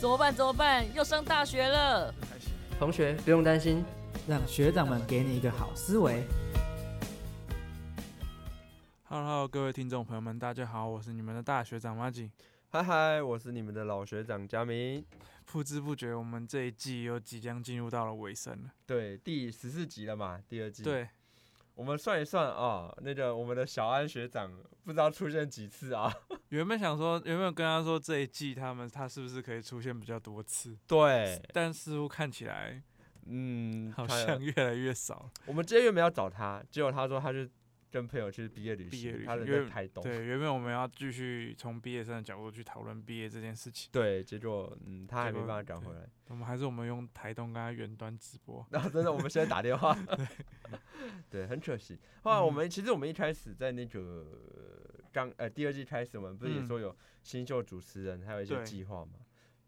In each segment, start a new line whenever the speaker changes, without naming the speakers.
怎么办？怎么办？要上大学了。
同学不用担心，
让学长们给你一个好思维。
Hello Hello，各位听众朋友们，大家好，我是你们的大学长马景。
嗨嗨，我是你们的老学长佳明。
不知不觉，我们这一季又即将进入到了尾声了。
对，第十四集了嘛，第二季。，
对，
我们算一算啊、那个我们的小安学长不知道出现几次啊。
原本想说，原本跟他说这一季他们他是不是可以出现比较多次，
对，
但似乎看起来
嗯，
好
哎他
像越来越少。
我们这月没有找他，结果他说他去跟朋友去毕业旅
毕业
行，
旅
他
行
人
因为
在台东。
对，原本我们要继续从毕业生的角度去讨论毕业这件事情，
对，结果嗯，他还
结
没
果
办法赶回
对
来。
我们还是我们用台东跟他远端直播。
然后真的，我们现在打 电话，对，很可惜。后来我
嗯
们其实我们一开始在那个刚呃第二季开始，我们不是也
嗯
说有新秀主持人，还有一些
对
计划嘛。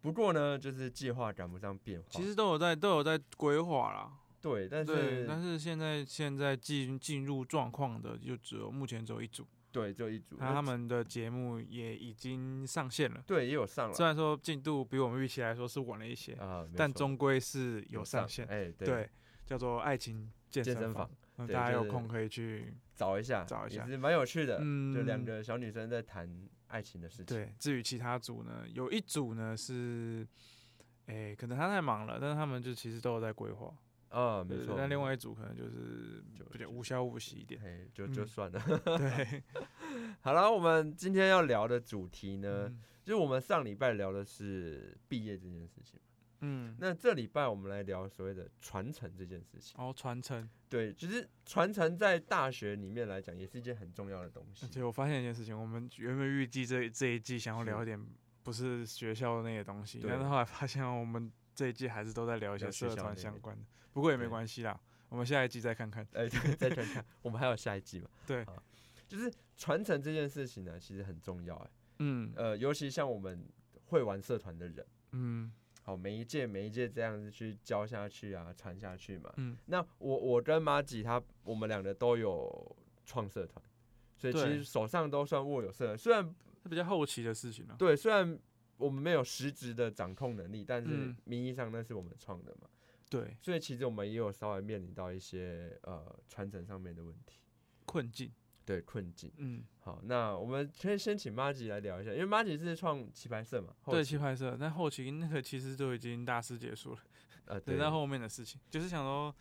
不过呢，就是计划赶不上变化。
其实都有在都有在规划啦，
对，但
对，
是
但是现在现在进进入状况的就只有目前只有一组，
对，就一组，
那他们的节目也已经上线了。
对也有上了
虽然说进度比我们预期来说是晚了一些，
啊，没
但
错
终归是有上线。
哎，
对，，叫做《爱情健
健
身
身
房
房》
嗯，
对
大家
就
有
是
空可以去。
找一下，
找一下
也是蛮有趣的。
嗯，
就两个小女生在谈爱情的事情。，
对，至于其他组呢，有一组呢是，哎，可能他太忙了，但是他们就其实都有在规划。
啊，
对
没
对
错。
但另外一组可能就是
就
比较
就
无消无息一 点。
嘿，就就
嗯
算了。
对，
好了，我们今天要聊的主题呢，
嗯
就是我们上礼拜聊的是毕业这件事情，
嗯，
那这礼拜我们来聊所谓的传承这件事情。
然后传承。
对，其实传承在大学里面来讲，也是一件很重要的东西
而。且我发现一件事情，我们原本预计这这一季想要
是
聊一点不是学校的那些东西，
对
但是后来发现我们这一季还是都在聊一些
聊
社
学校
团
内
相
的
关的，不过也没
对
关系啦，我们下一季再看看。
哎，对，再看看， 我们还有下一季嘛？
对
好，就是传承这件事情呢，其实很重要。哎，
嗯
呃，尤其像我们会玩社团的人。
嗯
好，每一届每一届这样子去教下去啊，传下去嘛。
嗯，
那我我跟马吉他，我们两个都有创社团，所以其
对
实手上都算握有社团。虽然
是比较后期的事情了、
对，虽然我们没有实质的掌控能力，但是
嗯
名义上那是我们创的嘛。
对，
所以其实我们也有稍微面临到一些呃传承上面的问题，
困境。
对困境。
嗯，
好，那我们可以先请马吉来聊一下，因为马吉是创棋牌社嘛。后
对，
期
棋拍社，但后期那个其实都已经大师结束了，
呃，对
等，到后面的事情，就是想说。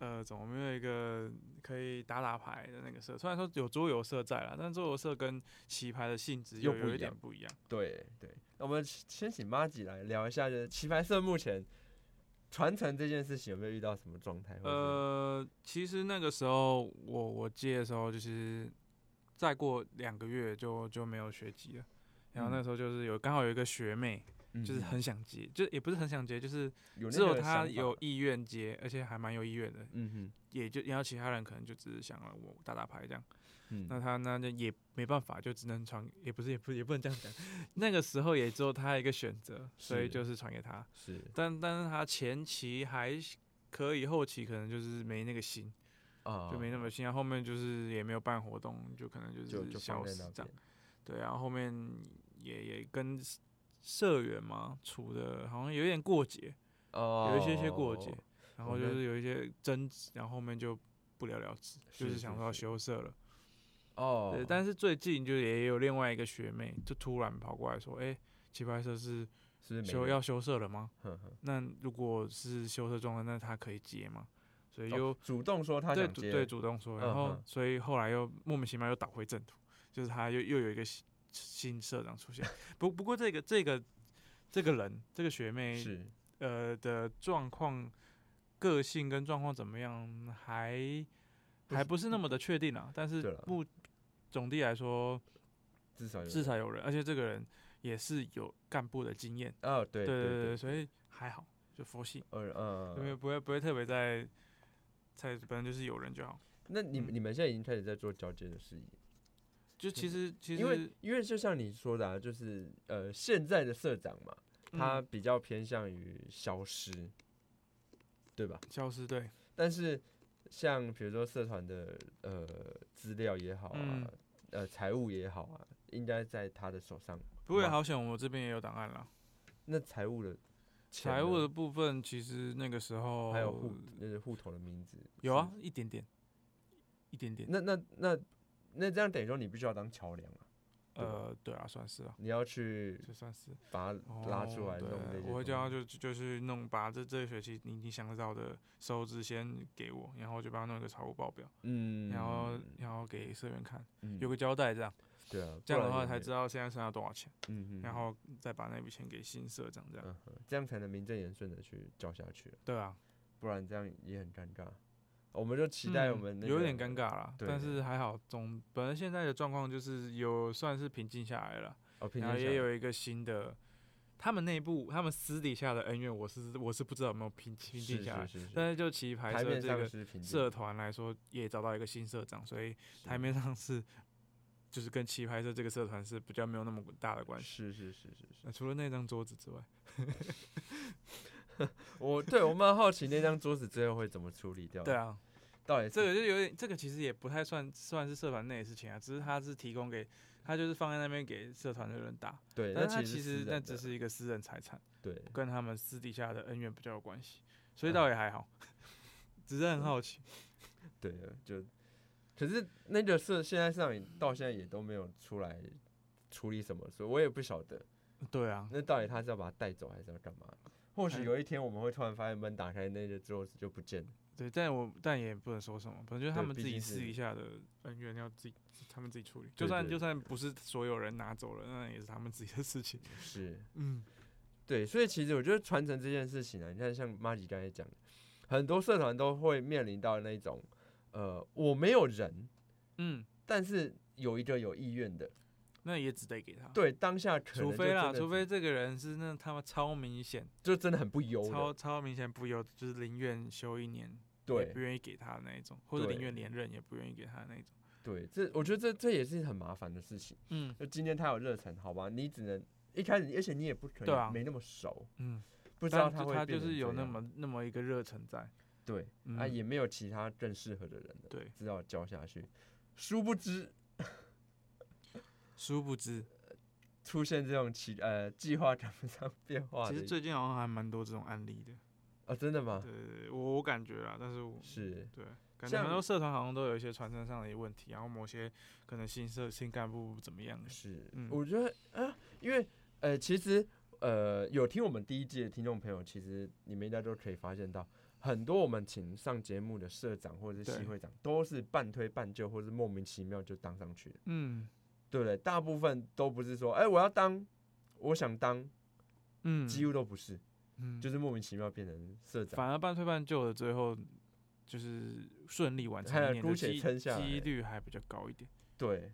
呃，总没有一个可以打打牌的那个社，虽然说有桌游社在啦，但桌游社跟棋牌的性质
又
又
不
有
一
一点
样
不一样。
对对，那我们先请马吉来聊一下，就是棋牌社目前传承这件事情有没有遇到什么状态？呃，
呃，其实那个时候我我接的时候，就是再过两个月就就没有学籍了。然后那
嗯
时候就是有刚好有一个学妹，就是
嗯
很想接，就也不是很想接，就是
有
只
那
有
个
她
想法
有
吧，
意愿接，而且还蛮有意愿的。
嗯
也就然后其他人可能就只是想让我打打牌这样。
哼，
那
嗯，
她那就也没办法，就只能传，也不是也不是也不能这样讲。那个时候也只有她一个选择，所以
是
就是传给她。
是
但但是她前期还可以，后期可能就是没那个心。
啊，
就没那么新。然后后面就是也没有办活动，就可能
就是就
消
放在
失
那
这样
边。。
对，然后后面也也跟社员嘛处的，好像有点过节，
哦，
有一些些过节，然
我
后就
们
是有一些争执，然后后面就不了了之，就是是想
是
说要
是
休社了。
哦，
对，但是最近就也有另外一个学妹，就突然跑过来说：“哎、棋牌社是
是不是没
休
有
要休社了吗？
呵呵
那如果是休社状态，那他可以接吗？”所以
哦
又
主动说他
对
想
主
接，
对主动说，
嗯
然后
哼
所以后来又莫名其妙又倒回正途，就是他又又有一个新新社长出现。 不不过这个这个这个人这个学妹
是
呃的状况、个性跟状况怎么样，还
不
还
是
不是那么的确定啊。但
对
是
了
目总体来说
至少有
至少有人，而且这个人也是有干部的经验，
啊，
对
对
对对
对，
所以还好，就佛系，
呃
因为
呃，
不会不会特别在在本来就是有人就好。
那你
嗯
你们现在已经开始在做交接的事宜，
就其实其实
因为因为就像你说的，啊，就是呃现在的社长嘛，他
嗯
比较偏向于消失，对吧？
消失，对，
但是像比如说社团的呃资料也好啊，
嗯
呃财务也好啊，应该在他的手上。
不过也
哇
好险，我这边也有档案了。
那财务的钱呢
财务的部分，其实那个时候
还有户那个户头的名字
有啊
是，
一点点，一点点。
那那那那这样等于说你必须要当桥梁啊，对吧
呃，对啊，算是啊，
你要去
这算是
把它拉出来
哦
弄这
对，
些。
我会叫他就就就去弄，把这这个学期你你想得到的收支先给我，然后我就帮他弄一个财务报表，
嗯，
然后然后给社员看，
嗯
有个交代，这样
对啊，
这样的
不然
话
也
才
没
知道现在剩下多少钱，
嗯嗯，
然后再把那笔钱给新社长，这样
嗯哼，这样才能名正言顺的去叫下去，
对啊，
不然这样也很尴尬。我们就期待我
嗯
们、那
有点
个
尴尬啦，
对
但
对
是还好总，本来现在的状况就是有算是平静下来了，
哦，平
然后
均
也
下来
有一个新的，他们内部他们私底下的恩怨，我是我是不知道有没有平平
是
静下来，
是是是
但是就棋牌
台
社
面
这
上
个
是平静
社团来说，也找到一个新社长，所以
是
台面上是就是跟棋牌社这个社团是比较没有那么大的关系。
是哦是是是是，
那除了那张桌子之外，
我对我蛮好奇那张桌子最后会怎么处理掉。
对，啊，
到底
这
是
个就有点，这个其实也不太算算是社团内的事情啊，只是他是提供给他就是放在那边给社团的人打，
对，
但是
那
他
其
其
实
实
私
那
人
只
的
是一个私人财产，
对，
跟他们私底下的恩怨比较有关系，所以
嗯
倒也还好， 只是很好奇。
对，啊就可是那个社现在上瘾到现在也都没有出来处理什么，所以我也不晓得
对啊，
那到底他是要把它带走还是要干嘛。或许
哎
有一天我们会突然发现门打开，那个桌子就不见了。
对，但我但也不能说什么，反正就是他
对
们
毕
自己
竟
私
是
底下的恩怨要自己他们自己处理，
对
就算
对
就算不是所有人拿走了，那也是他们自己的事 情。
是，
嗯，
对，所以其实我觉得传承这件事情啊，你看像马吉刚才讲的，很多社团都会面临到那种，呃，我没有人，
嗯，
但是有一个有意愿的，
那也只得给他。，
对当下可能
除
就
非啦，
真的
除非这个人是那他妈超明显，
就真的很不优
超
的，
超明显不由，就是宁愿休一年，也
对
不愿意给他的那一种，或者
对
宁愿连任也不愿意给他的那一种。
对，这我觉得这这也是很麻烦的事情。
嗯
就今天他有热忱，好吧，你只能一开始，而且你也不可
对
能、
啊
没那么熟，
嗯，
不知道
但
他
就
会
他就
变成
是有
这
那
样
么那么一个热忱在。
对，
嗯，
啊，也没有其他更适合的人了，
对，
只好教下去。殊不知
殊不知，
出现这种奇呃计划赶不上变化
其
的
实
一，
最近好像还蛮多这种案例的。
啊，真的吗？
对，我我感觉啦，但是我
是，
对，感觉很
像
多社团好像都有一些传承上的问题，然后某些可能新社新干部不怎么样。
是，
嗯
我觉得啊，因为呃，其实呃，有听我们第一季的听众朋友，其实你们应该都可以发现到，很多我们请上节目的社长或者是
对
系会长，都是半推半就，或是莫名其妙就当上去的，
嗯
对不对？大部分都不是说，哎、我要当，我想当，
嗯，
几乎都不是，
嗯，
就是是莫名其妙变成社长。
反而半推半就的，最后就是顺利完成
还有
一年
姑
的
且
机
撑下
几
来
率还比较高一点。
对，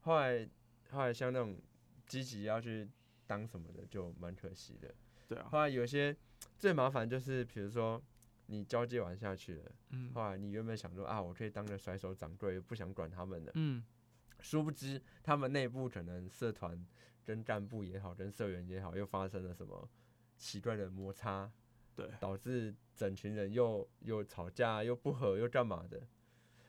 后来后来像那种积极要去当什么的，就蛮可惜的。
对啊，
后来有些最麻烦就是，比如说你交接完下去了，
嗯
后来你原本想说啊，我可以当个甩手掌柜，不想管他们了。
嗯，
殊不知他们内部可能社团跟干部也好，跟社员也好，又发生了什么奇怪的摩擦，
对，
导致整群人又又吵架，又不和，又干嘛的。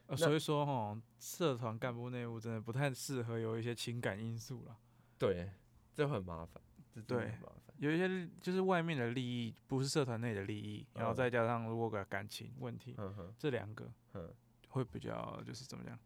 呃所以说哈，社团干部内部真的不太适合有一些情感因素了，
对，这很麻烦，这真的
对
很麻烦。
有一些就是外面的利益，不是社团内的利益，然后
嗯
再加上如果个感情问题，
嗯哼，
这两个
嗯，
会比较就是怎么讲，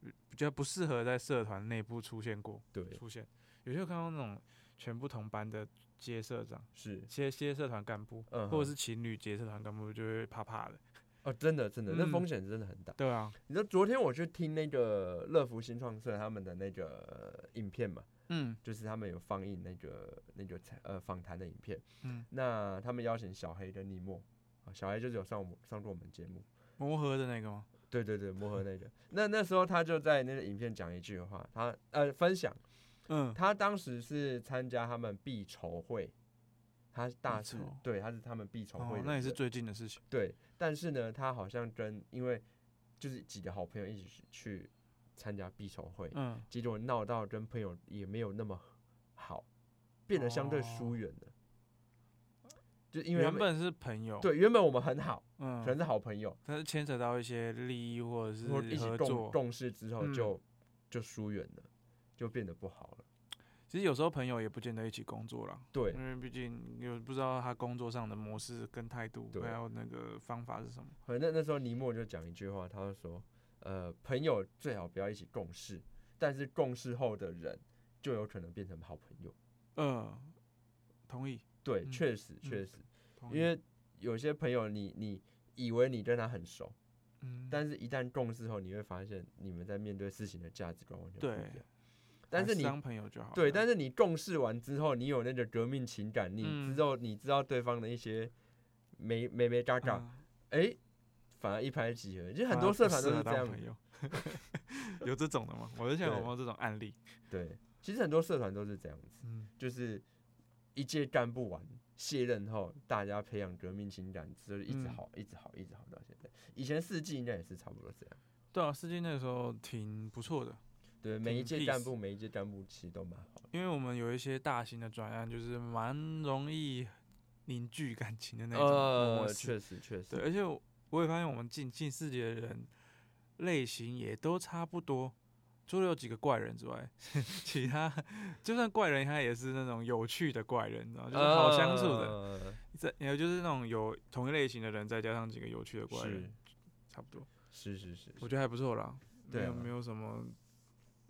比比较不适合在社团内部出现过
对，
出现。有些看到那种全部同班的接社长、
是，
接接社团干部，
嗯哼，
或者是情侣接社团干部，就会怕怕的。
哦，真的真的，那风
嗯
险真的很大。
对啊，
你知道昨天我去听那个乐福新创社他们的那个呃影片嘛，
嗯
就是他们有放映那个那个采呃访谈的影片。
嗯，
那他们邀请小黑跟尼莫，啊小黑就是有上我们上过我们节目，
磨合的那个吗？
对对对，磨合 那个。那那时候他就在那个影片讲一句话，他呃分享，
嗯，
他当时是参加他们必筹会，他大
必
是
筹
对，他是他们必筹
哦
会的，
那也是
人
最近的事情。
对，但是呢，他好像跟因为就是几个好朋友一起去去参加必筹会，
嗯，
结果闹到跟朋友也没有那么好，变得相对疏
哦
远了。就因为他
原
们
本是朋友，，
对原本我们很好，可能
嗯，
是好朋友，
但是牵扯到一些利益或者嗯是
或一起
合
共
作。
共事之后
嗯
就、就疏远了，就变得不好了。
其实有时候朋友也不见得一起工作了，
对
因，为毕竟有不知道他工作上的模式跟态度，
对
还有那个方法是什么。
反正那时候尼莫就讲一句话，他就说，呃，朋友最好不要一起共事，但是共事后的人就有可能变成好朋友。
嗯，同意，
对，
嗯
确实
嗯
确实，
同意。
因为有些朋友你你以为你跟他很熟，
嗯，
但是一旦共事后，你会发现你们在面对事情的价值观完全不一
对
样。但是
还
你
当朋友就好。
对，但
是
是你共事完之后，你有那个革命情感，你
嗯
知道、你知道对方的一些没没没
嗯
嘎嘎，哎、反而一拍即合。其实很多社团都是这样
朋
子，
友 有这种的吗？我在想有没有这种案例。
对，其实很多社团都是这样子，
嗯，
就是一届干不完，卸任后大家培养革命情感，就是一直
嗯
好，一直好，一直好到现在。以前四季应该也是差不多这样，
对啊，司机那个时候挺不错的，
对，每一
挺
届干
peace
部，每一届干部其实都蛮好的。
因为我们有一些大型的转案，就是蛮容易凝聚感情的那种模
呃，
式。
确实确实
对，，而且我我也发现我们近近世界的人类型也都差不多，除了有几个怪人之外， 其他就算怪人，他也是那种有趣的怪人，你知道吗，就是好相处的。
呃
这然后就是那种有同一类型的人，再加上几个有趣的怪人，差不多，
是是是是，
我觉得还不错啦。
对
没有
啊
没有什么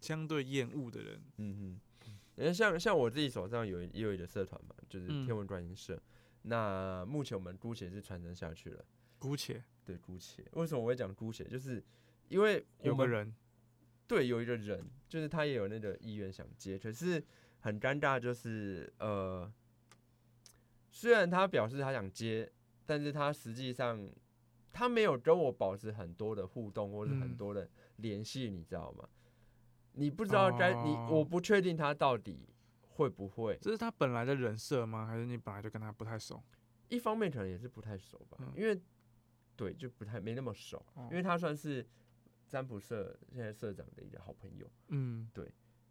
相对厌恶的人。
嗯哼，为像像我自己手上有一也有一个社团嘛，就是
嗯
天文观音社。那目前我们姑且是传承下去了，
姑且
对，姑且。为什么我会讲姑且？就是因为我
有个
们
人，
对有一个人，就是他也有那个意愿想接，可是很尴尬，就是呃，虽然他表示他想接，但是他实际上他没有跟我保持很多的互动或者很
嗯
多的联系，你知道吗？你不知道该、你，我
哦
不确定他到底会不会。
这是他本来的人设吗？还是你本来就跟他不太熟？
一方面可能也是不太熟吧，
嗯
因为对就不太没那么熟，
哦
因为他算是占卜社现在社长的一个好朋友。
嗯，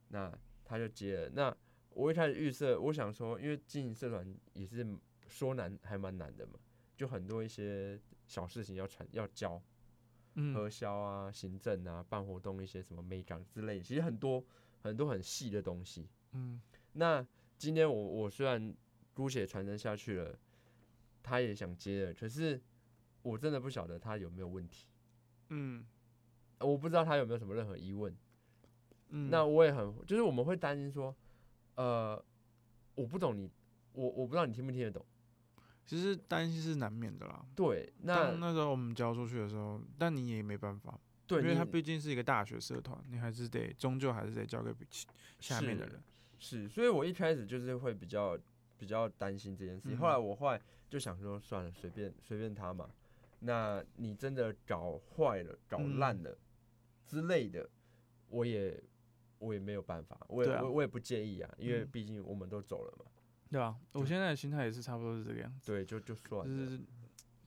那他就接了。那我一开始预设，我想说，因为经营社团也是说难还蛮难的嘛，就很多一些小事情要传要教，核
嗯，
销啊、行政啊、办活动一些什么美感之类的，其实很多很多很细的东西。
嗯，
那今天我我虽然姑且传承下去了，他也想接了，可是我真的不晓得他有没有问题，
嗯，
呃我不知道他有没有什么任何疑问。
嗯，
那我也很，就是我们会担心说，呃，我不懂你，我我不知道你听不听得懂。
其实担心是难免的啦。
对，那
当那时候我们交出去的时候，但你也没办法，
对，
因为
你
它毕竟是一个大学社团，你还是得终究还是得交给比其下面的
是
人。
是，所以我一开始就是会比较比较担心这件事情。后
嗯
来我后来就想说，算了，随便随便他嘛。那你真的搞坏了、搞烂
嗯
了、之类的，我也我也没有办法，我也、
对啊
我我也不介意啊，因为
嗯
毕竟我们都走了嘛。
对啊，我
对
现在的心态也是差不多是这个样子，
对，就就算
就
了。
是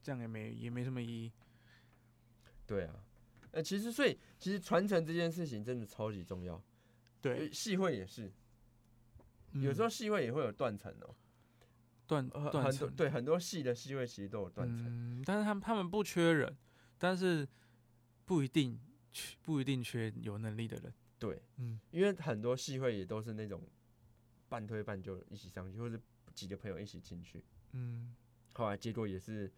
这样也没也没什么意义。
对啊，呃，其实所以其实传承这件事情真的超级重要。
对，
呃戏会也是，有时候戏会也会有断层哦，
断
呃
嗯断
很多
层，
对很多戏的戏会其实都有断层，
嗯，但是他们他们不缺人，但是不一定缺不一定缺有能力的人。
对，
嗯，
因为很多戏会也都是那种半推半就一起上去，或者几个朋友一起进去，
嗯，
后来结果也是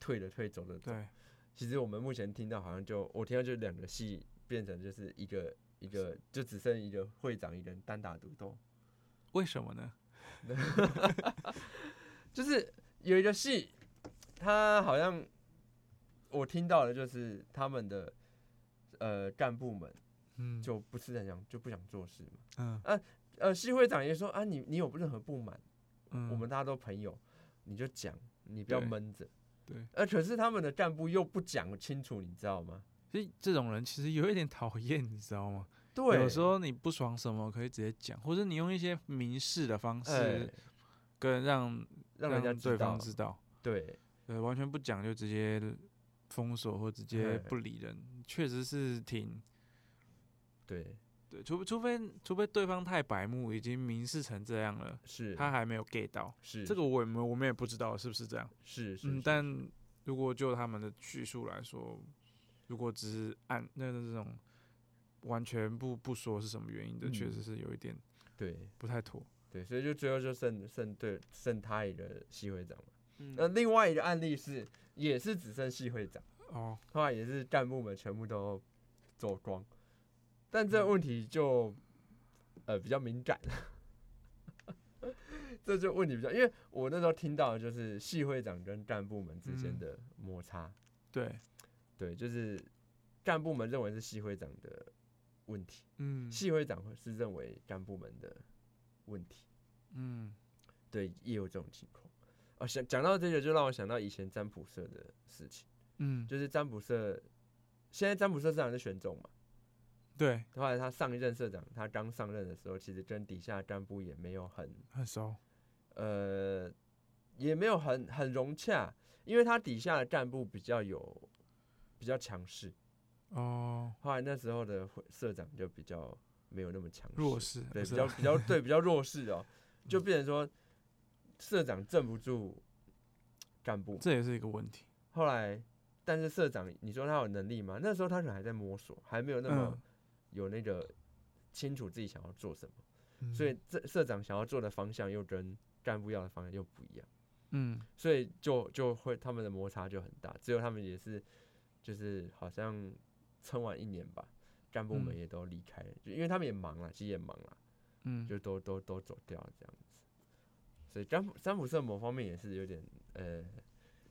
退的退，走的走。
对，
其实我们目前听到好像就我听到就两个戏变成就是一个一个就只剩一个会长一个人单打独斗，
为什么呢？
就是有一个戏，他好像我听到的就是他们的呃干部们
嗯，
就不是很想就不想做事嘛。
嗯
呃，系会长也说啊，你你有任何不满，
嗯，
我们大家都朋友，你就讲，你不要
对
闷着。
对，
呃，可是他们的干部又不讲清楚，你知道吗？
其实这种人其实有一点讨厌，你知道吗？
对，
有时候你不爽什么可以直接讲，或者你用一些明示的方
哎
式跟让、
让人家
对
知道
方，知道，
对，
呃，完全不讲就直接封锁或直接
哎
不理人，确实是挺
对，
对，除除非除非对方太白目，已经明示成这样了，
是，
他还没有 get 到，
是
这个我们我们也不知道是不是这样，
是是，
嗯，
是
但如果就他们的叙述来说，如果只是按那那这种完全不不说是什么原因的，确
嗯
实是有一点
对
不太妥。
对，所以就最后就剩剩对剩他一个系会长嘛。那
嗯，
另外一个案例是，也是只剩系会长，
哦，
后来也是干部们全部都走光，但这个
嗯
问题就呃比较敏感， 这就问题比较，因为我那时候听到的就是系会长跟干部们之间
嗯
的摩擦，
对，
对，就是干部们认为是系会长的问题，
嗯，
系会长是认为干部们的问题。
嗯，
对，也有这种情况。啊，想讲到这个，就让我想到以前占卜社的事情，
嗯，
就是占卜社，现在占卜社社长是选中嘛，
对，
后来他上一任社长，他刚上任的时候，其实跟底下干部也没有很，
很熟。
呃，也没有很很融洽，因为他底下的干部比较有比较强势，
哦，
后来那时候的会社长就比较没有那么强势，
弱势，
对，
不
比
是
较
啊
比较对比较弱势 哦，就变成说社长镇不住干部嘛，
这也是一个问题。
后来，但是社长，你说他有能力吗？那时候他可能还在摸索，还没有那么
嗯，
有那个清楚自己想要做什么，
嗯
所以这社长想要做的方向又跟干部要的方向又不一样，
嗯，
所以就就会他们的摩擦就很大。最后他们也是，就是好像撑完一年吧，干部们
嗯
也都离开了，就因为他们也忙了，其实也忙了，
嗯，
就都都都走掉了这样子。所以占卜占卜社某方面也是有点呃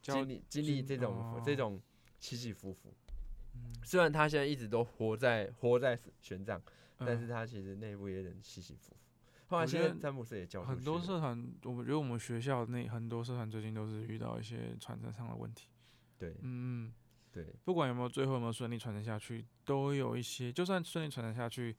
交
经历经历
经
这种、这
哦
种起起伏伏。
嗯
虽然他现在一直都活在活在玄奘，但是
嗯
他其实内部也很起起伏伏。后来
我
现
觉
在
得
詹姆斯也教
很多社团，我觉得我们学校内很多社团最近都是遇到一些传承上的问题。
对
嗯，嗯
对
不管有没有最后有没有顺利传承下去，都有一些，就算顺利传承下去，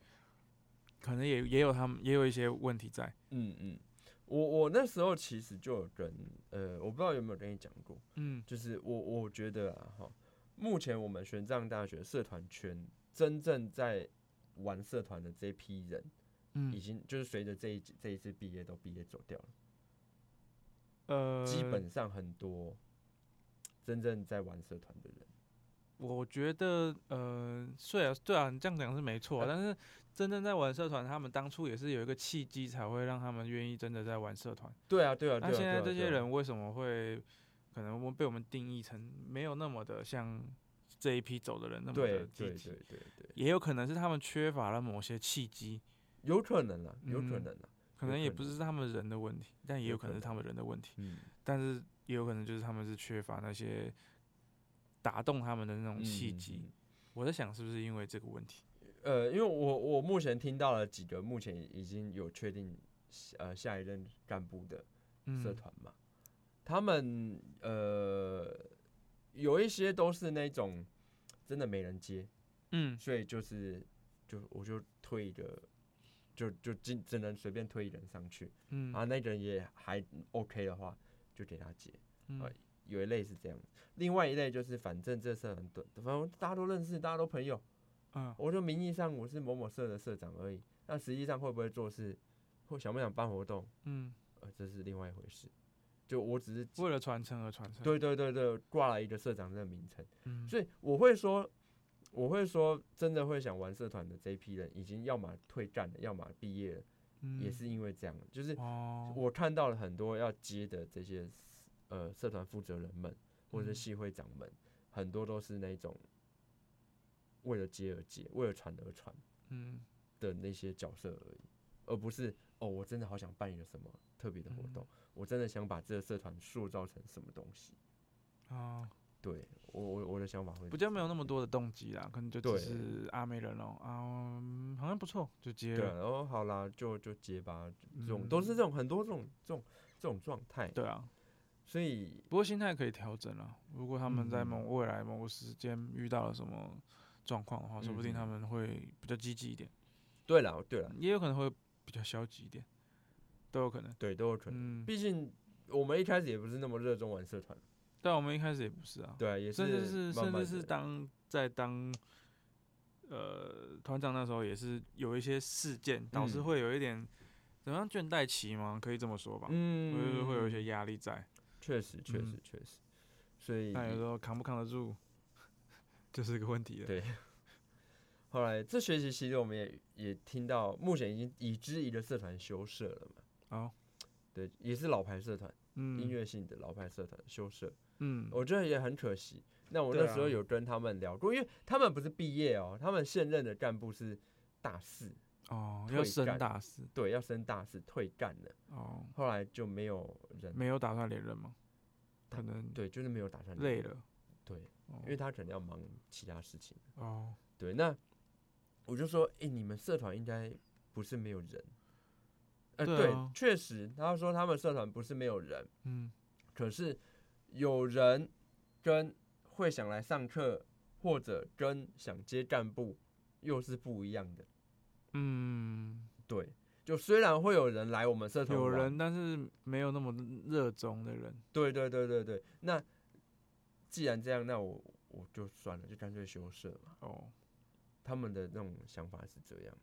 可能也也有他们也有一些问题在。
嗯嗯，我我那时候其实就有跟呃，我不知道有没有跟你讲过，
嗯
就是我我觉得啊哈，目前我们玄奘大学社团圈真正在玩社团的这批人，已
嗯，
经就是随着这一届这一次毕业都毕业走掉了，
呃，
基本上很多真正在玩社团的人。
我觉得，呃，虽然对啊，你这样讲是没错啊，
呃
但是真正在玩社团，他们当初也是有一个契机，才会让他们愿意真的在玩社团。
对啊，对啊，对
那
啊。
现在
对
这
啊对
些
啊
人为什么会可能我们被我们定义成没有那么的像这一批走的人那么
对
的
对
积
对
极？
对对，
也有可能是他们缺乏了某些契机，
有可能啦，有可
嗯
能啊啦，
可
有
能也
可
不
能
是他们人的问题，但也
有
有可
可
能是他们人的问题，
嗯，
但是也有可能就是他们是缺乏那些打动他们的那种契
嗯
机。
嗯
我在想是不是因为这个问题？
呃，因为我我目前听到了几个目前已经有确定呃下一任干部的社
嗯，
团嘛，他们呃有一些都是那种真的没人接，
嗯
所以就是就我就推一个。就就只只能随便推一个人上去，
嗯
然后啊那个人也还 OK 的话，就给他接。
嗯
呃有一类是这样，另外一类就是反正这社很短，反正大家都认识，大家都朋友，
嗯
我就名义上我是某某社的社长而已，那实际上会不会做事，或想不想办活动，
嗯，
呃，这是另外一回事。就我只是
为了传承而传承。，
对对对对挂了一个社长这个名称，
嗯，
所以我会说，我会说，真的会想玩社团的这一批人，已经要么退战了，要么毕业了，也
嗯
是因为这样，就是
哦，
我看到了很多要接的这些呃社团负责人们或者是
嗯
系会长们，很多都是那种为了接而接，为了传而传
嗯
的那些角色而已，而不是哦，我真的好想办一个什么特别的活动，
嗯
我真的想把这个社团塑造成什么东西。
哦，
对我我我的想法会
比
是
较
这
没有
样
那么多的动机啦，可能就
对
只是阿美人哦，啊，嗯好像不错，就接
对啊，
了。
然后好啦，就就接吧，这种、
嗯
都是这种很多这种这种这种状态，
对啊，
所以
不过心态可以调整了。如果他们在
嗯
某未来某个时间遇到了什么状况的话，说不定他
嗯
们会比较积极一点，
对了对了，
也有可能会比较消极一点，都有可能。
对都有可能。
嗯，
毕竟我们一开始也不是那么热衷玩社团，
但我们一开始也不是啊，
对啊，也
甚至是
慢
甚
慢
至是
的
当在当呃团长那时候也是有一些事件，导致
嗯
会有一点怎么样倦怠期吗？可以这么说吧，
嗯，
就是会有一些压力在，
确实确
嗯
实确实，所以
那有时候扛不扛得住就是个问题了。
对后来这学期其实我们也也听到，目前已经已知一个社团休社了嘛，
哦，
对，也是老牌社团，
嗯，
音，乐性的老牌社团休社，
嗯，
我觉得也很可惜。那我
对
那
啊
时候有跟他们聊过，因为他们不是毕业哦，他们现任的干部是大四，
哦，
退
要升
干
大四，
对，要升大四退干了，
哦，
后来就没有人，
没有打算连任吗？可能
对，就是没有打算聊
累，了，
对，
哦
因为他可能要忙其他事情。
哦，
对，那我就说，哎、你们社团应该不是没有人，呃，
对
对
啊，
确、实，他说他们社团不是没有人，
嗯，
可是有人跟会想来上课，或者跟想接干部又是不一样的。
嗯，
对，就虽然会有人来我们社团，
有人，，但是没有那么热衷的人，
对对对对对，那既然这样，那我我就算了，就干脆休社嘛。
哦，
他们的那种想法是这样子。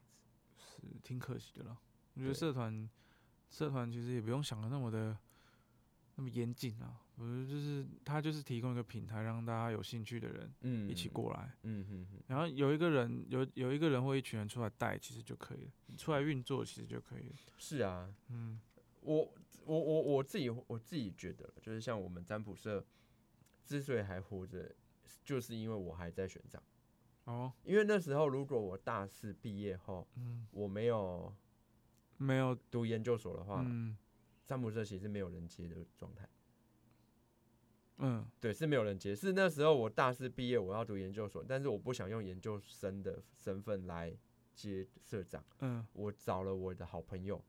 是挺可惜的啦。我觉得
对
社团，社团其实也不用想的那么的那么严谨啊，我觉得就是他就是提供一个平台，让大家有兴趣的人
嗯，
一起过来，
嗯，嗯哼哼。
然后有一个人有有一个人或一群人出来带，其实就可以了，出来运作其实就可以了。
是啊，
嗯，
我我我我自己我自己觉得，就是像我们占卜社之所以还活着，就是因为我还在选长。
哦，
因为那时候如果我大四毕业后
嗯，
我没有
没有，
读研究所的话，
嗯
占卜社其实没有人接的状态。
嗯，
对，是没有人接，是那时候我大四毕业，我要读研究所，但是我不想用研究生的身份来接社长，
嗯，
我找了我的好朋友，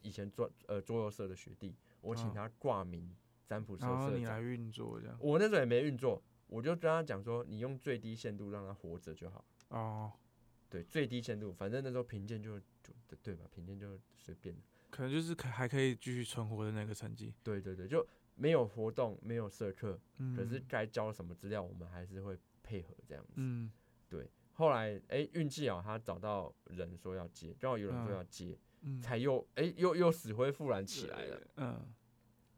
以前桌呃桌游社的学弟，我请
哦
他挂名占卜社
然后
社
你
长
来。运作这样。
我那时候也没运作，我就跟他讲说，你用最低限度让他活着就好。
哦，
对，最低限度，反正那时候评鉴就就对对吧？评鉴就随便的。
可能就是可还可以继续存活的那个成绩。
对对对，就没有活动，没有社课，
嗯，
可是该交什么资料，我们还是会配合这样子。
嗯，
对，后来哎运气好，他找到人说要接，刚好有人说
嗯
要接，
嗯
才又哎又又死灰复燃起来了。。
嗯，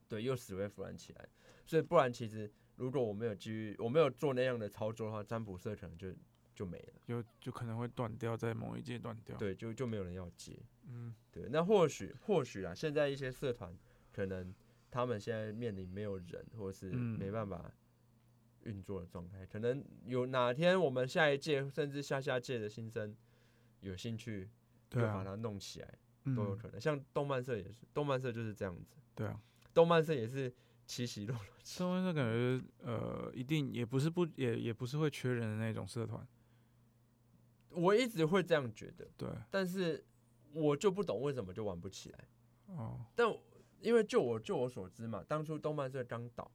对，又死灰复燃起来。所以不然其实如果我没有继续，我没有做那样的操作的话，占卜社可能就就没了。
有就可能会断掉，在某一届断掉。，
对，就就没有人要接。
嗯，
对，那或许或许啊，现在一些社团可能他们现在面临没有人，或是
嗯
没办法运作的状态，可能有哪天我们下一届甚至下下届的新生有兴趣，就
对
把
啊，
它弄起来、
嗯
都有可能。像动漫社也是，动漫社就是这样子，
对 啊。动
动漫社也是起起落落起。
漫社感觉呃，一定也不是不也也不是会缺人的那种社团。
我一直会这样觉得，
对，
但是我就不懂为什么就玩不起来。
哦，
但我因为就我就我所知嘛，当初动漫社刚倒，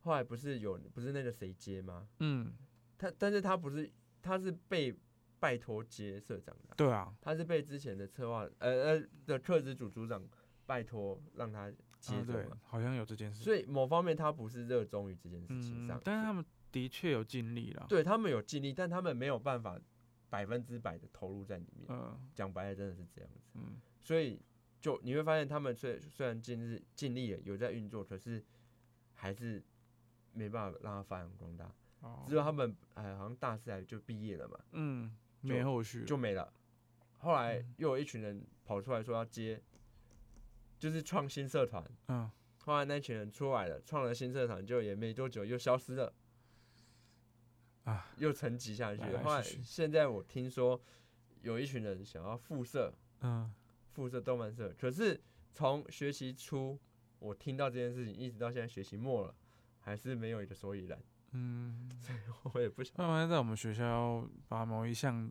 后来不是有不是那个谁接吗？
嗯，
他但是他不是他是被拜托接社长的啊、
对啊，
他是被之前的策划呃呃的课职组组长拜托让他接
啊
走
对
嘛，，
好像有这件事。
所以某方面他不是热衷于这件事情上，
嗯，但是他们的确有尽力了。，
对他们有尽力，但他们没有办法百分之百的投入在里面。
嗯
讲白了，真的是这样子。
嗯，
所以就你会发现，他们虽虽然尽力尽力了，有在运作，可是还是没办法让它发扬光大。
哦，
之后他们哎，好像大四还就毕业了嘛，
嗯，
就
没后续了，
就没了。后来
嗯
又有一群人跑出来说要接，就是创新社团。
嗯，
后来那群人出来了，创了新社团，就也没多久又消失了，
啊，
又沉寂下去
来
了。
来
后来
去去
现在我听说有一群人想要复社，
嗯，
复社动漫社。可是从学期初我听到这件事情，一直到现在学期末了，还是没有一个所以然。
嗯，
我也不想，
慢慢在我们学校把某一项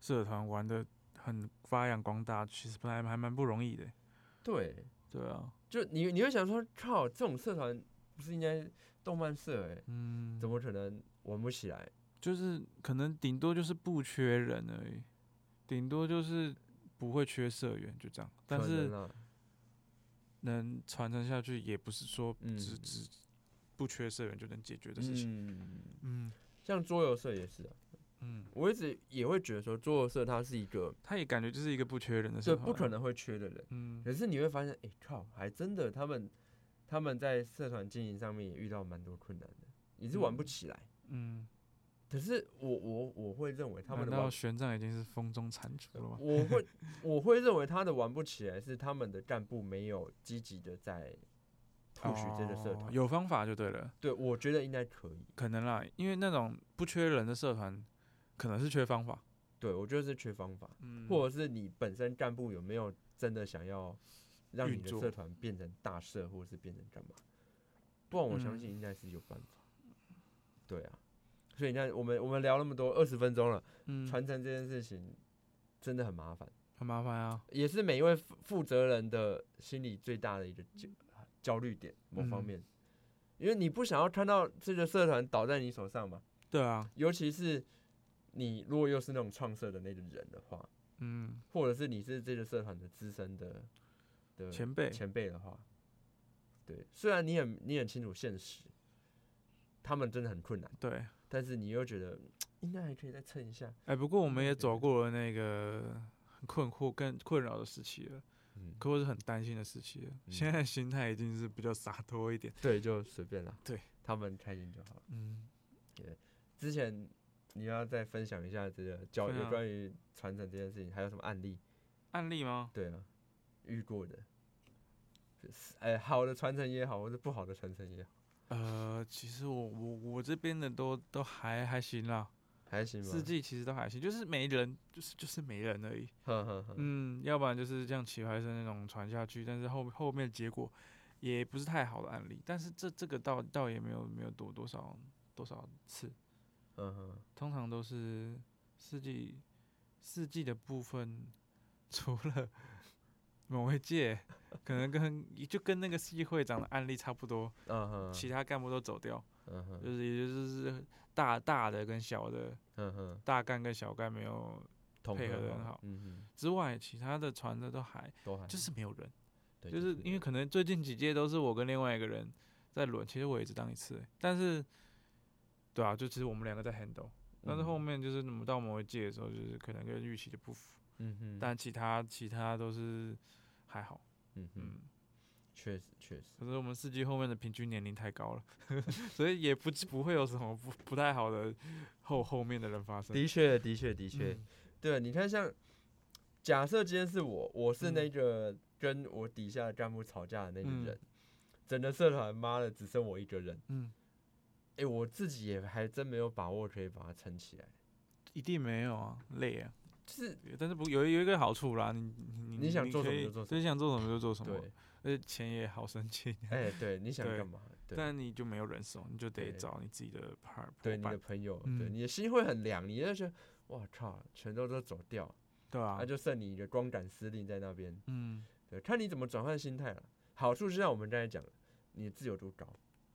社团玩的很发扬光大，其实本来还蛮不容易的。
对，
对啊，
就你你会想说，靠，这种社团不是应该动漫社哎、
嗯，
怎么可能玩不起来？
就是可能顶多就是不缺人而已，顶多就是不会缺社员，就这样。但
可
是
能啊，
能传承下去，也不是说
嗯
只只不缺社员就能解决的事情。
嗯，
嗯
像桌游社也是啊，
嗯，
我一直也会觉得说，桌游社它是一个
他也感觉就是一个不缺人的社
这
团，啊
不可。能会缺的人，
嗯
可是你会发现，哎、靠，还真的他们他们在社团经营上面也遇到蛮多困难的，也是玩不
嗯
起来。
嗯，
可是我我我会认为他们
难
的
道
玩，
玄奘已经是风中残烛了吗？
我会我会认为他的玩不起来是他们的干部没有积极的在 push 这个社
哦
团。
有方法就对了，
对，我觉得应该可以。
可能啦，因为那种不缺人的社团，可能是缺方法，
对我觉得是缺方法，
嗯，
或者是你本身干部有没有真的想要让你
运
的
作
社团变成大社，或者是变成干嘛？不然我相信
嗯
应该是有办法。对啊，所以你看，我们我们聊那么多，二十分钟了，
嗯
传承这件事情真的很麻烦，
很麻烦啊，
也是每一位负负责人的心里最大的一个焦焦虑点，某方
嗯
面，因为你不想要看到这个社团倒在你手上嘛，
对啊，
尤其是你如果又是那种创社的那个人的话，
嗯，
或者是你是这个社团的资深的的
前辈，
前辈的话，对，虽然你很你很清楚现实，他们真的很困难，
对，
但是你又觉得应该还可以再撑一下，
哎，不过我们
对
也
对
走
对
过了那个很困惑、更困扰的时期了，
嗯，
可我是很担心的时期了。现
嗯
在心态已经是比较洒脱一点，
对，就随便啦，
对
他们开心就好了。
嗯，
之前你要再分享一下这个教
对
有
啊
关于传承这件事情，还有什么案例？
案例吗？
对啊，遇过的，就是哎、好的传承也好，或者不好的传承也好，
呃，其实我我我这边的都都还还行啦，
还行吧。
四季其实都还行，就是没人，就是就是没人而已。
呵呵呵，
嗯，要不然就是这样棋牌声那种传下去，但是后后面结果也不是太好的案例。但是这这个倒倒也没有没有多多少多少次，
嗯哼，
通常都是四季四季的部分，除了某一届可能跟就跟那个四季会长的案例差不多，
嗯哼，
其他干部都走掉，
嗯哼，
就是也就是大大的跟小的
嗯哼，
大干跟小干没有
统
配合得
好
很好
嗯
之外，其他的传的都还
哼，都还
就是没有人。
对
就是因为可能最近几届都是我跟另外一个人在轮，其实我也只当一次欸、但是，对啊，就其实我们两个在 handle，但是后
嗯
面就是你们到某一届的时候，就是可能跟预期的不符，
嗯哼，
但其他其他都是还好，
嗯哼，
嗯，
确实确实，
可是我们四季后面的平均年龄太高了， 所以也不不会有什么不不太好的后后面的人发生，
的确的确的确，
嗯
对，你看像假设今天是我，我是那
嗯
个跟我底下的干部吵架的那个
嗯
人，整个社团妈的只剩我一个人，
嗯，
哎、我自己也还真没有把握可以把它撑起来，
一定没有啊，累啊。
就是
但是不有有一个好处啦，你你
你想做什么
可以
就做什
对，
么
想做什么就做什么，
对，
而且钱也好生气，
哎、对，你想
哦对
干嘛？对，
但你就没有人手，你就得
对
找你自己的 part
对，
伙
你的
伴，
朋友，对，
嗯
你的心会很凉，你就觉得，哇靠，全都都走掉，
对啊
那、，就剩你一个光杆司令在那边，
嗯，
对，看你怎么转换心态了。好处就像我们刚才讲的，你的自由度高，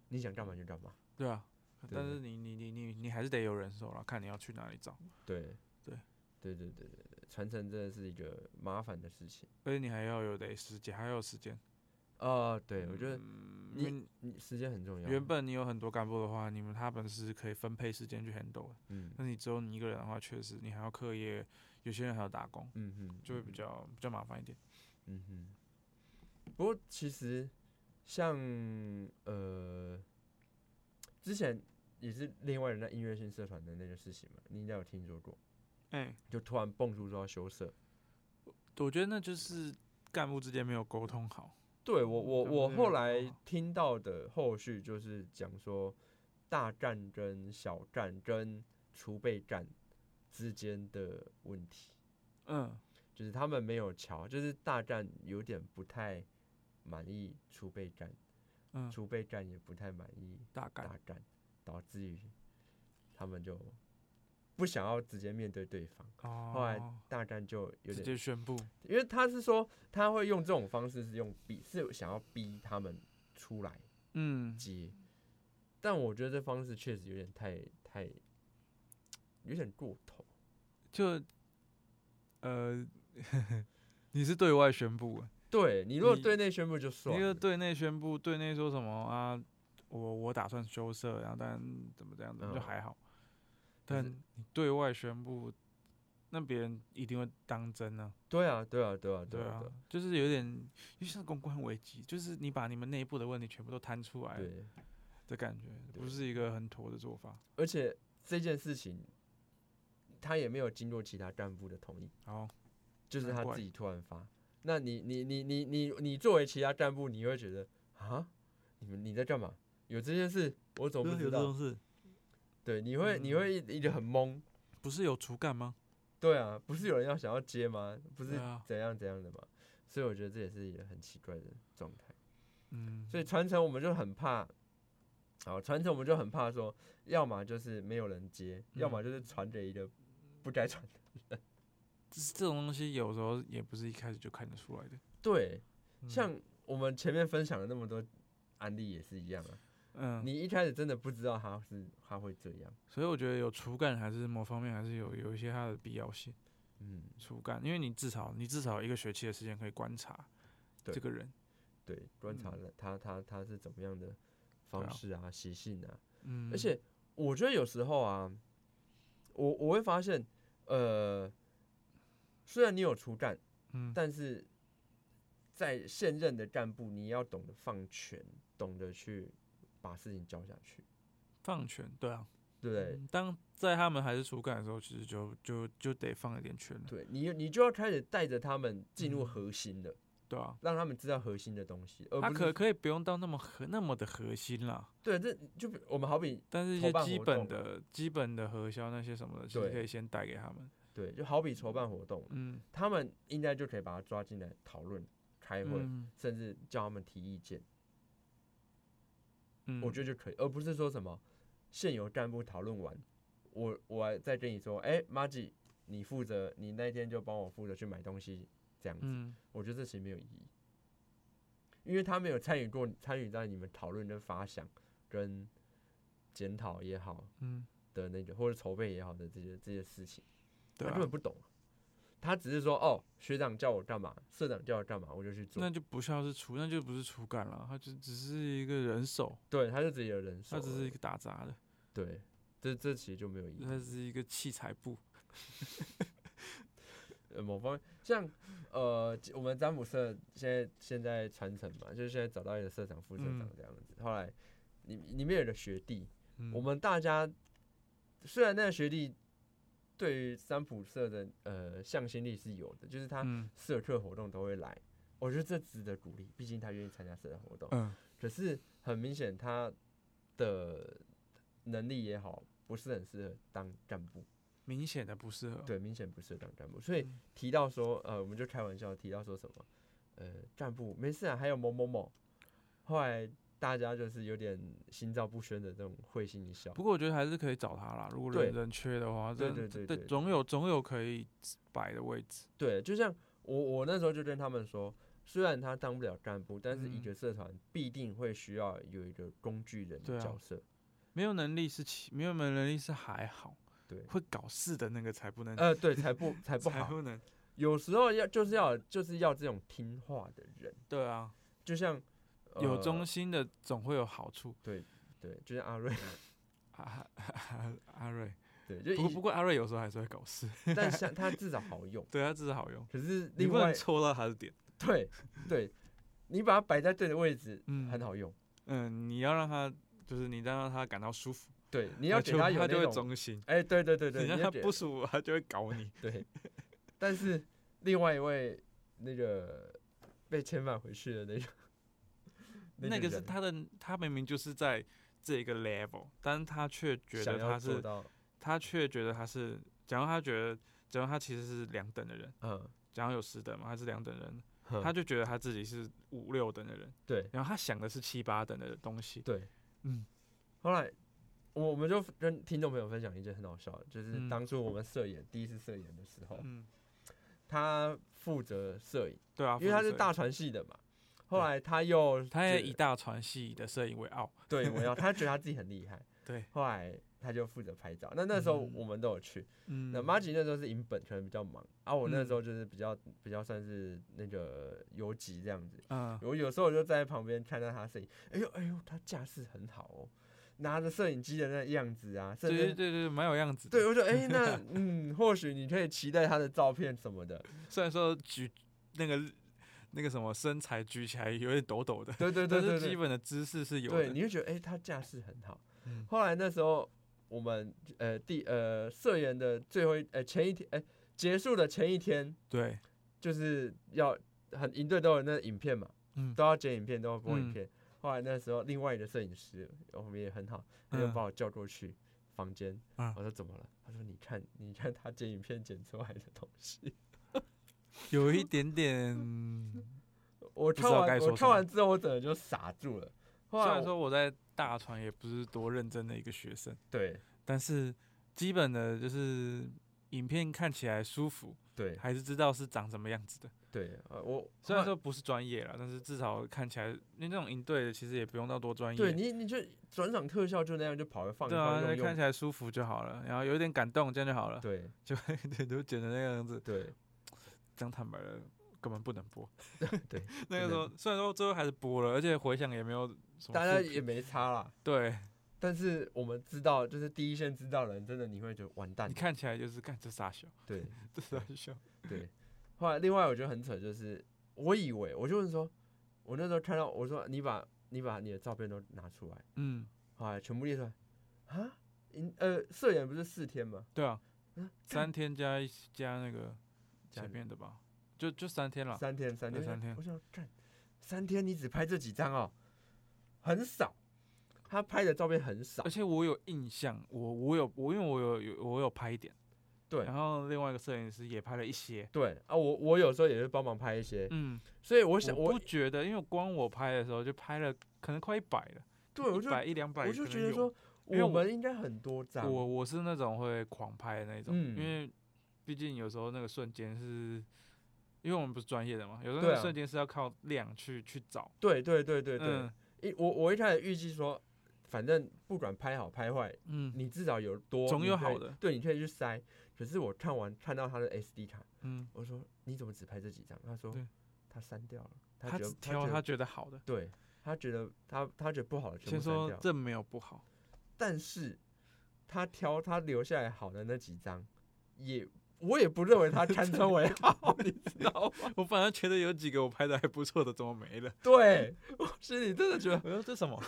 你想干嘛就干嘛。
对啊，
对
但
对
是你你你你你还是得有人手了，看你要去哪里找，
对，
对，
对对对对对，传承真的是一个麻烦的事情。
而且你还要有得时间，还要有时间，
啊、对，我觉得
嗯
你啊
因为
你时间很重要。
原，本你有很多干部的话，你们他们是可以分配时间去 handle 的，
嗯
那你只有你一个人的话，确实你还要课业，有些人还要打工，
嗯哼，
就会比较比较麻烦一点。
嗯哼。不过其实像呃，之前也是另外人在音乐性社团的那个事情嘛，你应该有听说过，
哎，
就突然蹦出说要休社。
我觉得那就是干部之间没有沟通好，
对我我
咱们
我
这
后
个
来
哦
听到的后续就是讲说，大战跟小战跟储备战之间的问题，
嗯，
就是他们没有桥，就是大战有点不太满意储备战，
嗯
储备战也不太满意
大概
大战，导致于他们就不想要直接面对对方，后来
哦，
大战就有
直
点，
接宣布，
因为他是说他会用这种方式是用逼，是想要逼他们出来。
嗯，
接，但我觉得这方式确实有点太太有点过头。
就呃， 你是对外宣布啊，
对你如果
你
啊对内宣布就算
你就
了，
对内宣布，对内说什么啊？我我打算羞涩，然后但怎么这样子就
嗯
还好，
可
但
是
你对外宣布，那别人一定会当真啊，
对啊，对啊，对啊，对
对
啊
啊，，就是有点就像公关危机，就是你把你们内部的问题全部都摊出来
对啊对，
的感觉，不
对
是一个很妥的做法。
而且这件事情，他也没有经过其他干部的同意，
好，
就是
难
他
怪
自己突然发。那你你你你你你作为其他干部，你会觉得啊，你们你在干嘛？有这件事，我怎么不
啊有
知
这
道
种？嗯事，
对，你会你会一直很懵。
不是有竹干吗？
对啊，不是有人要想要接吗？不是
对啊
怎样怎样的嘛？所以我觉得这也是一个很奇怪的状态。
嗯，
所以传承我们就很怕，好传承我们就很怕说，要么就是没有人接，
嗯
要么就是传给一个不该传的。
这这种东西有时候也不是一开始就看得出来的。
对，
嗯
像我们前面分享的那么多案例也是一样啊，
嗯，
你一开始真的不知道他是他会这样，
所以我觉得有竹干还是某方面还是有有一些它的必要性。
嗯，
竹干，因为你至少你至少一个学期的时间可以观察
对
这个人。
对，观察了他他他是怎么样
嗯
的
对
方
啊
式啊、习性啊，
嗯，
而且我觉得有时候啊，我我会发现，呃，虽然你有出干，
嗯，
但是在现任的干部，你要懂得放权，懂得去把事情交下去，
放权，对啊，
对不对？
嗯当在他们还是竹干的时候，其实就就就得放一点权了。
对你，你就要开始带着他们进入
嗯
核心的，
对啊，
让他们知道核心的东西，而
他
不
可
是
可以不用到那么核那么的核心啦，
对，这就比我们好比
但是一
筹
些
办
基
活
本
动啊
的、基本的核销那些什么的，其实
对
可以先带给他们。
对，就好比筹办活动，
嗯，
他们应该就可以把他抓进来讨论、开会，
嗯
甚至叫他们提意见，
嗯，
我觉
得
得就可以，而不是说什么现有干部讨论完，我我还再跟你说，哎、马吉，你负责，你那天就帮我负责去买东西，这样子，
嗯，
我觉得这其实没有意义，因为他没有参与过，参与在你们讨论跟发想跟检讨也好
嗯，
的那个，或者筹备也好的这些这些事情，
对
他
啊
根，本不懂啊、他只是说哦，学长叫我干嘛，社长叫我干嘛，我就去做
那。就不像是厨，那就不是厨干了，他就只是一个人手，
对，他就只有人
他
手而已，
只是一个打杂的，
对，这这其实就没有意义。
他只是一个器材部。
呃某方面，像呃，我们詹姆斯现在现在传承嘛，就是现在找到一个社长、副社长
嗯
这样子。后来里里面有个学弟，
嗯
我们大家虽然那个学弟对于三浦社的呃向心力是有的，就是他
嗯
社课活动都会来，我觉得这值得鼓励，毕竟他愿意参加社团活动。
嗯
可是很明显，他的能力也好，不是很适合当干部。
明显的不适合。
对，明显不适合当干部。所以
哦嗯
提到说，呃，我们就开玩笑提到说什么，呃，干部没事啊，还有某某某。后来大家就是有点心照不宣的这种会心一笑。
不过我觉得还是可以找他啦，如果
对
人人缺的话，
对
真
对
这
对对
对，总有总有可以摆的位置。
对，就像我我那时候就跟他们说，虽然他当不了干部，但是一
嗯
个社团必定会需要有一个工具人
对
的
啊
角色。
没有能力是其，没有能力是还好，
对
会搞事的那个才不能，
呃，对，才不才不
嗯才
好。
不能。
有时候要就是要就是要这种听话的人，
对啊，
就像、
有
呃
中心的总会有好处。啊
对，就像阿瑞，
阿阿阿瑞，
对，就
嗯不过
一
不过阿瑞有时候还是会搞事，
但像他至少好用。
对他这是好用，
可是
你
另
不能
外
戳到他的点。
对对，你把它摆在对的位置，
嗯
很好用。
嗯，你要让他就是你让他感到舒服，
对，你要给
就
他有
他就
那
会
种，
忠心。
哎，对对对对，
你让
你
他
要给
不舒服， 他就会搞你。
对。但是另外一位那个被遣返回去的 那个，
那个是
人
他的，他明明就是在这个 level，但是他却觉
想
得
要
他
做
是，
到，
他却觉得他是，假如他觉得，假如他其实是两等的人，
嗯，
假如有十等嘛，他是两等人，
哼
他就觉得他自己是五六等的人，
嗯对
然后他想的是七八等的东西。
对，
嗯。
后来我我们就跟听众朋友分享一件很好笑的，就是
嗯
当初我们摄影第一次摄影的时候，
嗯，
他负责摄影，
对啊，
因为他
负责摄
是
影
大，船系的嘛。后
对
来他又
他也
觉
以
得
大船系的摄影为傲。
对，我要，他觉得他自己很厉害，
对，
后来他就负责拍照。那那时候
嗯
我们都有去，
嗯，
那 m a g i 那时候是影本，可能比较忙，啊，我那
嗯
时候就是比较比较算是那个游击这样子。
嗯，
我有时候我就站在旁边看到他摄影，哎呦哎呦，他架势很好哦，拿着摄影机的那样子啊，甚
对对
至。
对对，蛮有样子的。
对，我说，哎、那嗯，或许你可以期待他的照片什么的。
虽然说举那个那个什么身材举起来有点抖抖的，
对对对
但
对
是
对
基，本的姿势是有
对，
的。
你会觉得，哎、他架势很好。
嗯
后来那时候我们呃第呃社员的最后一呃前一天哎、结束的前一天，
对，
就是要很营队都有那影片嘛，
嗯，
都要剪影片，都要播影
嗯
片。后来那时候另外一个摄影师我们也很好，他就
嗯
把我叫过去房间，
嗯
我说怎么了？他说你看 你看他剪影片剪出 来的东西，
有一点 点。
我
知
看
道该
完
说
我
什
看
么
完之后我整个就傻住了。后
虽
来
然
我
说我在大船也不是多认真的一个学生，
对
但是基本的就是影片看起来舒服，
对
还是知道是长什么样子的。
对，呃我
虽然
后
说
来
不是专业啦，但是至少看起来，因为那种营队的其实也不用到多专业，
对你你就转场特效就那样就跑来放一
对啊，那
放用
看
用
起来舒服就好了，然后有一点感动，这样就好了。
对
就 对，都剪成那个样子，
对
讲坦白了，根本不能播。
对，
那个
不
时候虽然说最后还是播了，而且回想也没有什么
大家
负评
也没差啦。
对
但是我们知道，就是第一线知道的人，真的你会觉得完 蛋
你。看起来就是干这傻笑，
对
这傻笑。
对。后来另外我觉得很扯，就是我以为我就问说，我那时候看到我说你把你把你的照片都拿出来，
嗯，
后来全部列出来啊，你呃摄影不是四天吗？
对啊
嗯，
三天加一加那个
加
前
那
面的吧，就就三天了。
三天三
对
天
三天
我想看三天你只拍这几张哦，很少。他拍的照片很少
而，且我有印象，我我有我因为我有有我有拍一点，
对
然后另外一个摄影师也拍了一些。
对啊，我我有时候也会帮忙拍一些，
嗯，
所以我
我
想
不
我
觉得，因为光我拍的时候就拍了可能快一百了，
对我
一
就
百一两百，
我就觉得说，
因为
我
我
们应该很多张，
我我是那种会狂拍的那种，
嗯
因为毕竟有时候那个瞬间是，因为我们不是专业的嘛，有时候那
对
个
啊
瞬间是要靠量去去找。
对对对对对，
嗯
一我我一开始预计说，反正不管拍好拍坏，
嗯
你至少有多，
总
你
有
可
好
以
的，
对，你可以去塞。可是我看完看到他的 SD 卡，
嗯，
我说你怎么只拍这几张？他说
对
他删掉了，
他
觉得
只挑
觉
他
得
觉得好的，
对他觉得他他觉得不好的全
先
部删
说
掉，
这没有不好，
但是他挑他留下来好的那几张，也我也不认为 他堪称为好，你知道吗？
我反而觉得有几个我拍的还不错的，怎么没了？
对我心里真的觉得
我说这什么？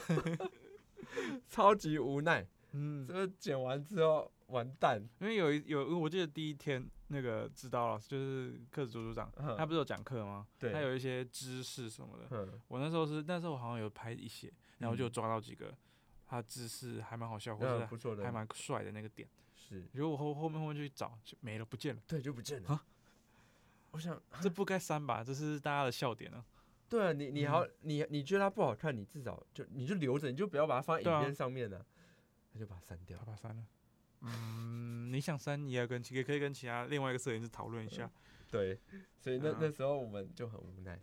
超级无奈。
嗯
这，个剪完之后完蛋，
因为有一有，我记得第一天那个指导老师就是课组组长，
嗯
他不是有讲课吗？
对
他有一些知识什么的。
嗯，
我那时候是那时候我好像有拍一些，然后我就有抓到几个，他姿势还蛮好笑，或
那
者
不错的，
啊还蛮帅的那个点。
是，
如果我后后面后面去找，就没了不 见了，
对，就不见了。
啊
我想，
这不该删吧？这是大家的笑点啊。
对啊，你你
嗯
好，你你觉得它不好看，你至少就你就留着，你就不要把它放在
对
影
啊
片上面呢、他就把它删掉
他。把它删了。嗯，你想删，你也跟也可以跟其他另外一个摄影师讨论一下。
对，所以那、
啊
那时候我们就很无奈。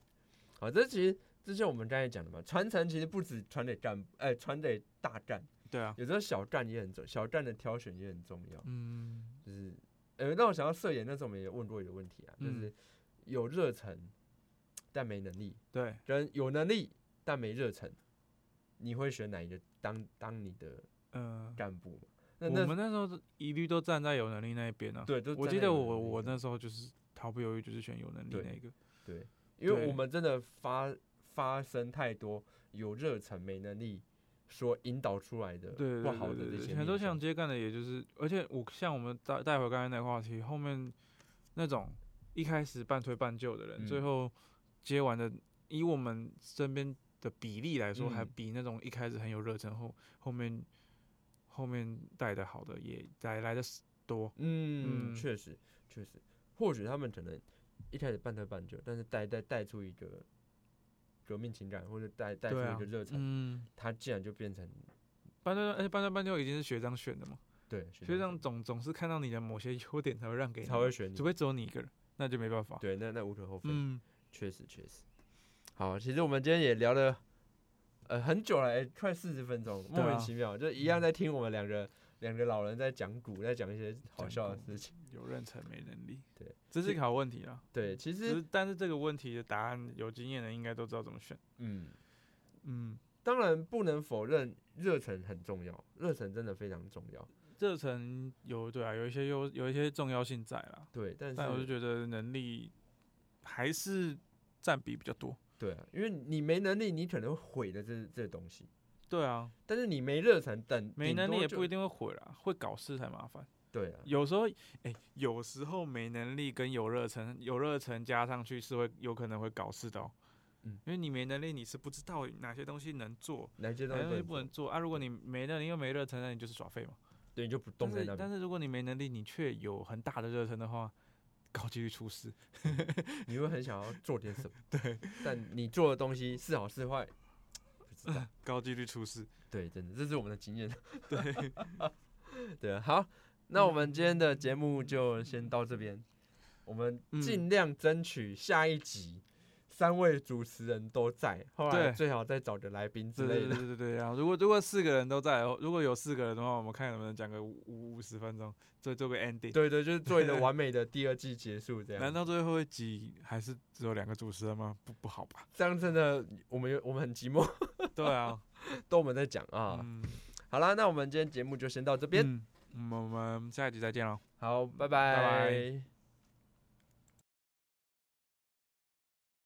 好，这其实这就是我们刚才讲的嘛，传承其实不止传给干，哎、传给大干，
对啊，
有时候小干也很重，小干的挑选也很重要。
嗯，
就是呃，让我想到摄影，那时候我们也问过一个问题啊，就
嗯
是有热忱但没能力，
对，
跟有能力但没热忱，你会选哪一个当当你的
嗯、
干部嘛？那
我
那
们那时候都一律都站在有能力那一边呢、啊。
对，都
我
站
记
在
得
有
我
能力
我
的
那时候就是毫不犹豫就是选有能力
对
那个，
对，因为我
对
们真的发发生太多有热忱没能力所引导出来的
对对
不好的
对
这
对
些
对，很多
面
想
向
接干的，也就是而且我像我们带带回刚才那个话题，后面那种一开始半推半就的人，最
嗯
后接完的，以我们身边的比例来说，还
嗯
比那种一开始很有热忱后后面后面带的好的也来来的多。
嗯，
嗯
确实确实，或许他们可能一开始半推半就，但是带带带出一个革命情感，或者带带出
对
一
啊
个热忱，
嗯，
他竟然就变成
半推而且半推半就已经是学长选的嘛，
对
学长
选
总总是看到你的某些优点才会让给你
才
嘛，
会选你
除，非只有你一个人，那就没办法。
对，那那无可厚非，
嗯，
确实确实。好，其实我们今天也聊了呃很久了，哎快四十分钟，莫
对
名
啊
其妙，就一样在听我们两个两个老人在讲古，在讲一些好
讲
笑的
古
事情。
嗯有认成没能力，
对，
这是
其
一个好问题啦。
对，其
只
实
是但是这个问题的答案，有经验的应该都知道怎么选。
嗯。
嗯，
当然不能否认，热忱很重要，热忱真的非常重要。
热忱有对啊，有一些优有一些重要性在啦，
对，但是
但我就觉得能力还是占比比较多。
对啊，因为你没能力，你可能会毁了这这东西。
对啊，
但是你没热忱，等
没
顶
能力
多
也
就
不一定会毁啦，会搞事才麻烦。
对啊，
有时候，哎、有时候没能力跟有热忱，有热忱加上去是会有可能会搞事的、哦。
嗯
因为你没能力，你是不知道哪些东西能做，
哪些
哪
东
些东西
西
不能
做，
做啊。如果你没能力又没热忱，那你就是耍废嘛。
对，你就不动
但
在
是
那
但
边，
是如果你没能力，你却有很大的热忱的话，高几率出事。
你会很想要做点 什么。对，但你做的东西是好是坏，不知道。
高几率出事。
对，真的，这是我们的经验。
对，
对，啊好，那我们今天的节目就先到这边，我们
嗯
尽量争取下一集。三位主持人都在，后来
对
最好再找个来宾之
对对
类
对对
的。
对。然后如果如果四个人都在，如果有四个人的话，我们看能不能讲个五五五十分钟，做做个 ending。
对啊对，就是做 一个完美的第二季结束这样。
难道最后一集还是只有两个主持人吗？不不好 吧？
这样真的，我们有我们很寂寞，
对啊，
都我们在讲啊。
嗯，
好啦，那我们今天节目就先到这边，
嗯，我们我们下一集再见喽。
好，拜
拜
拜
拜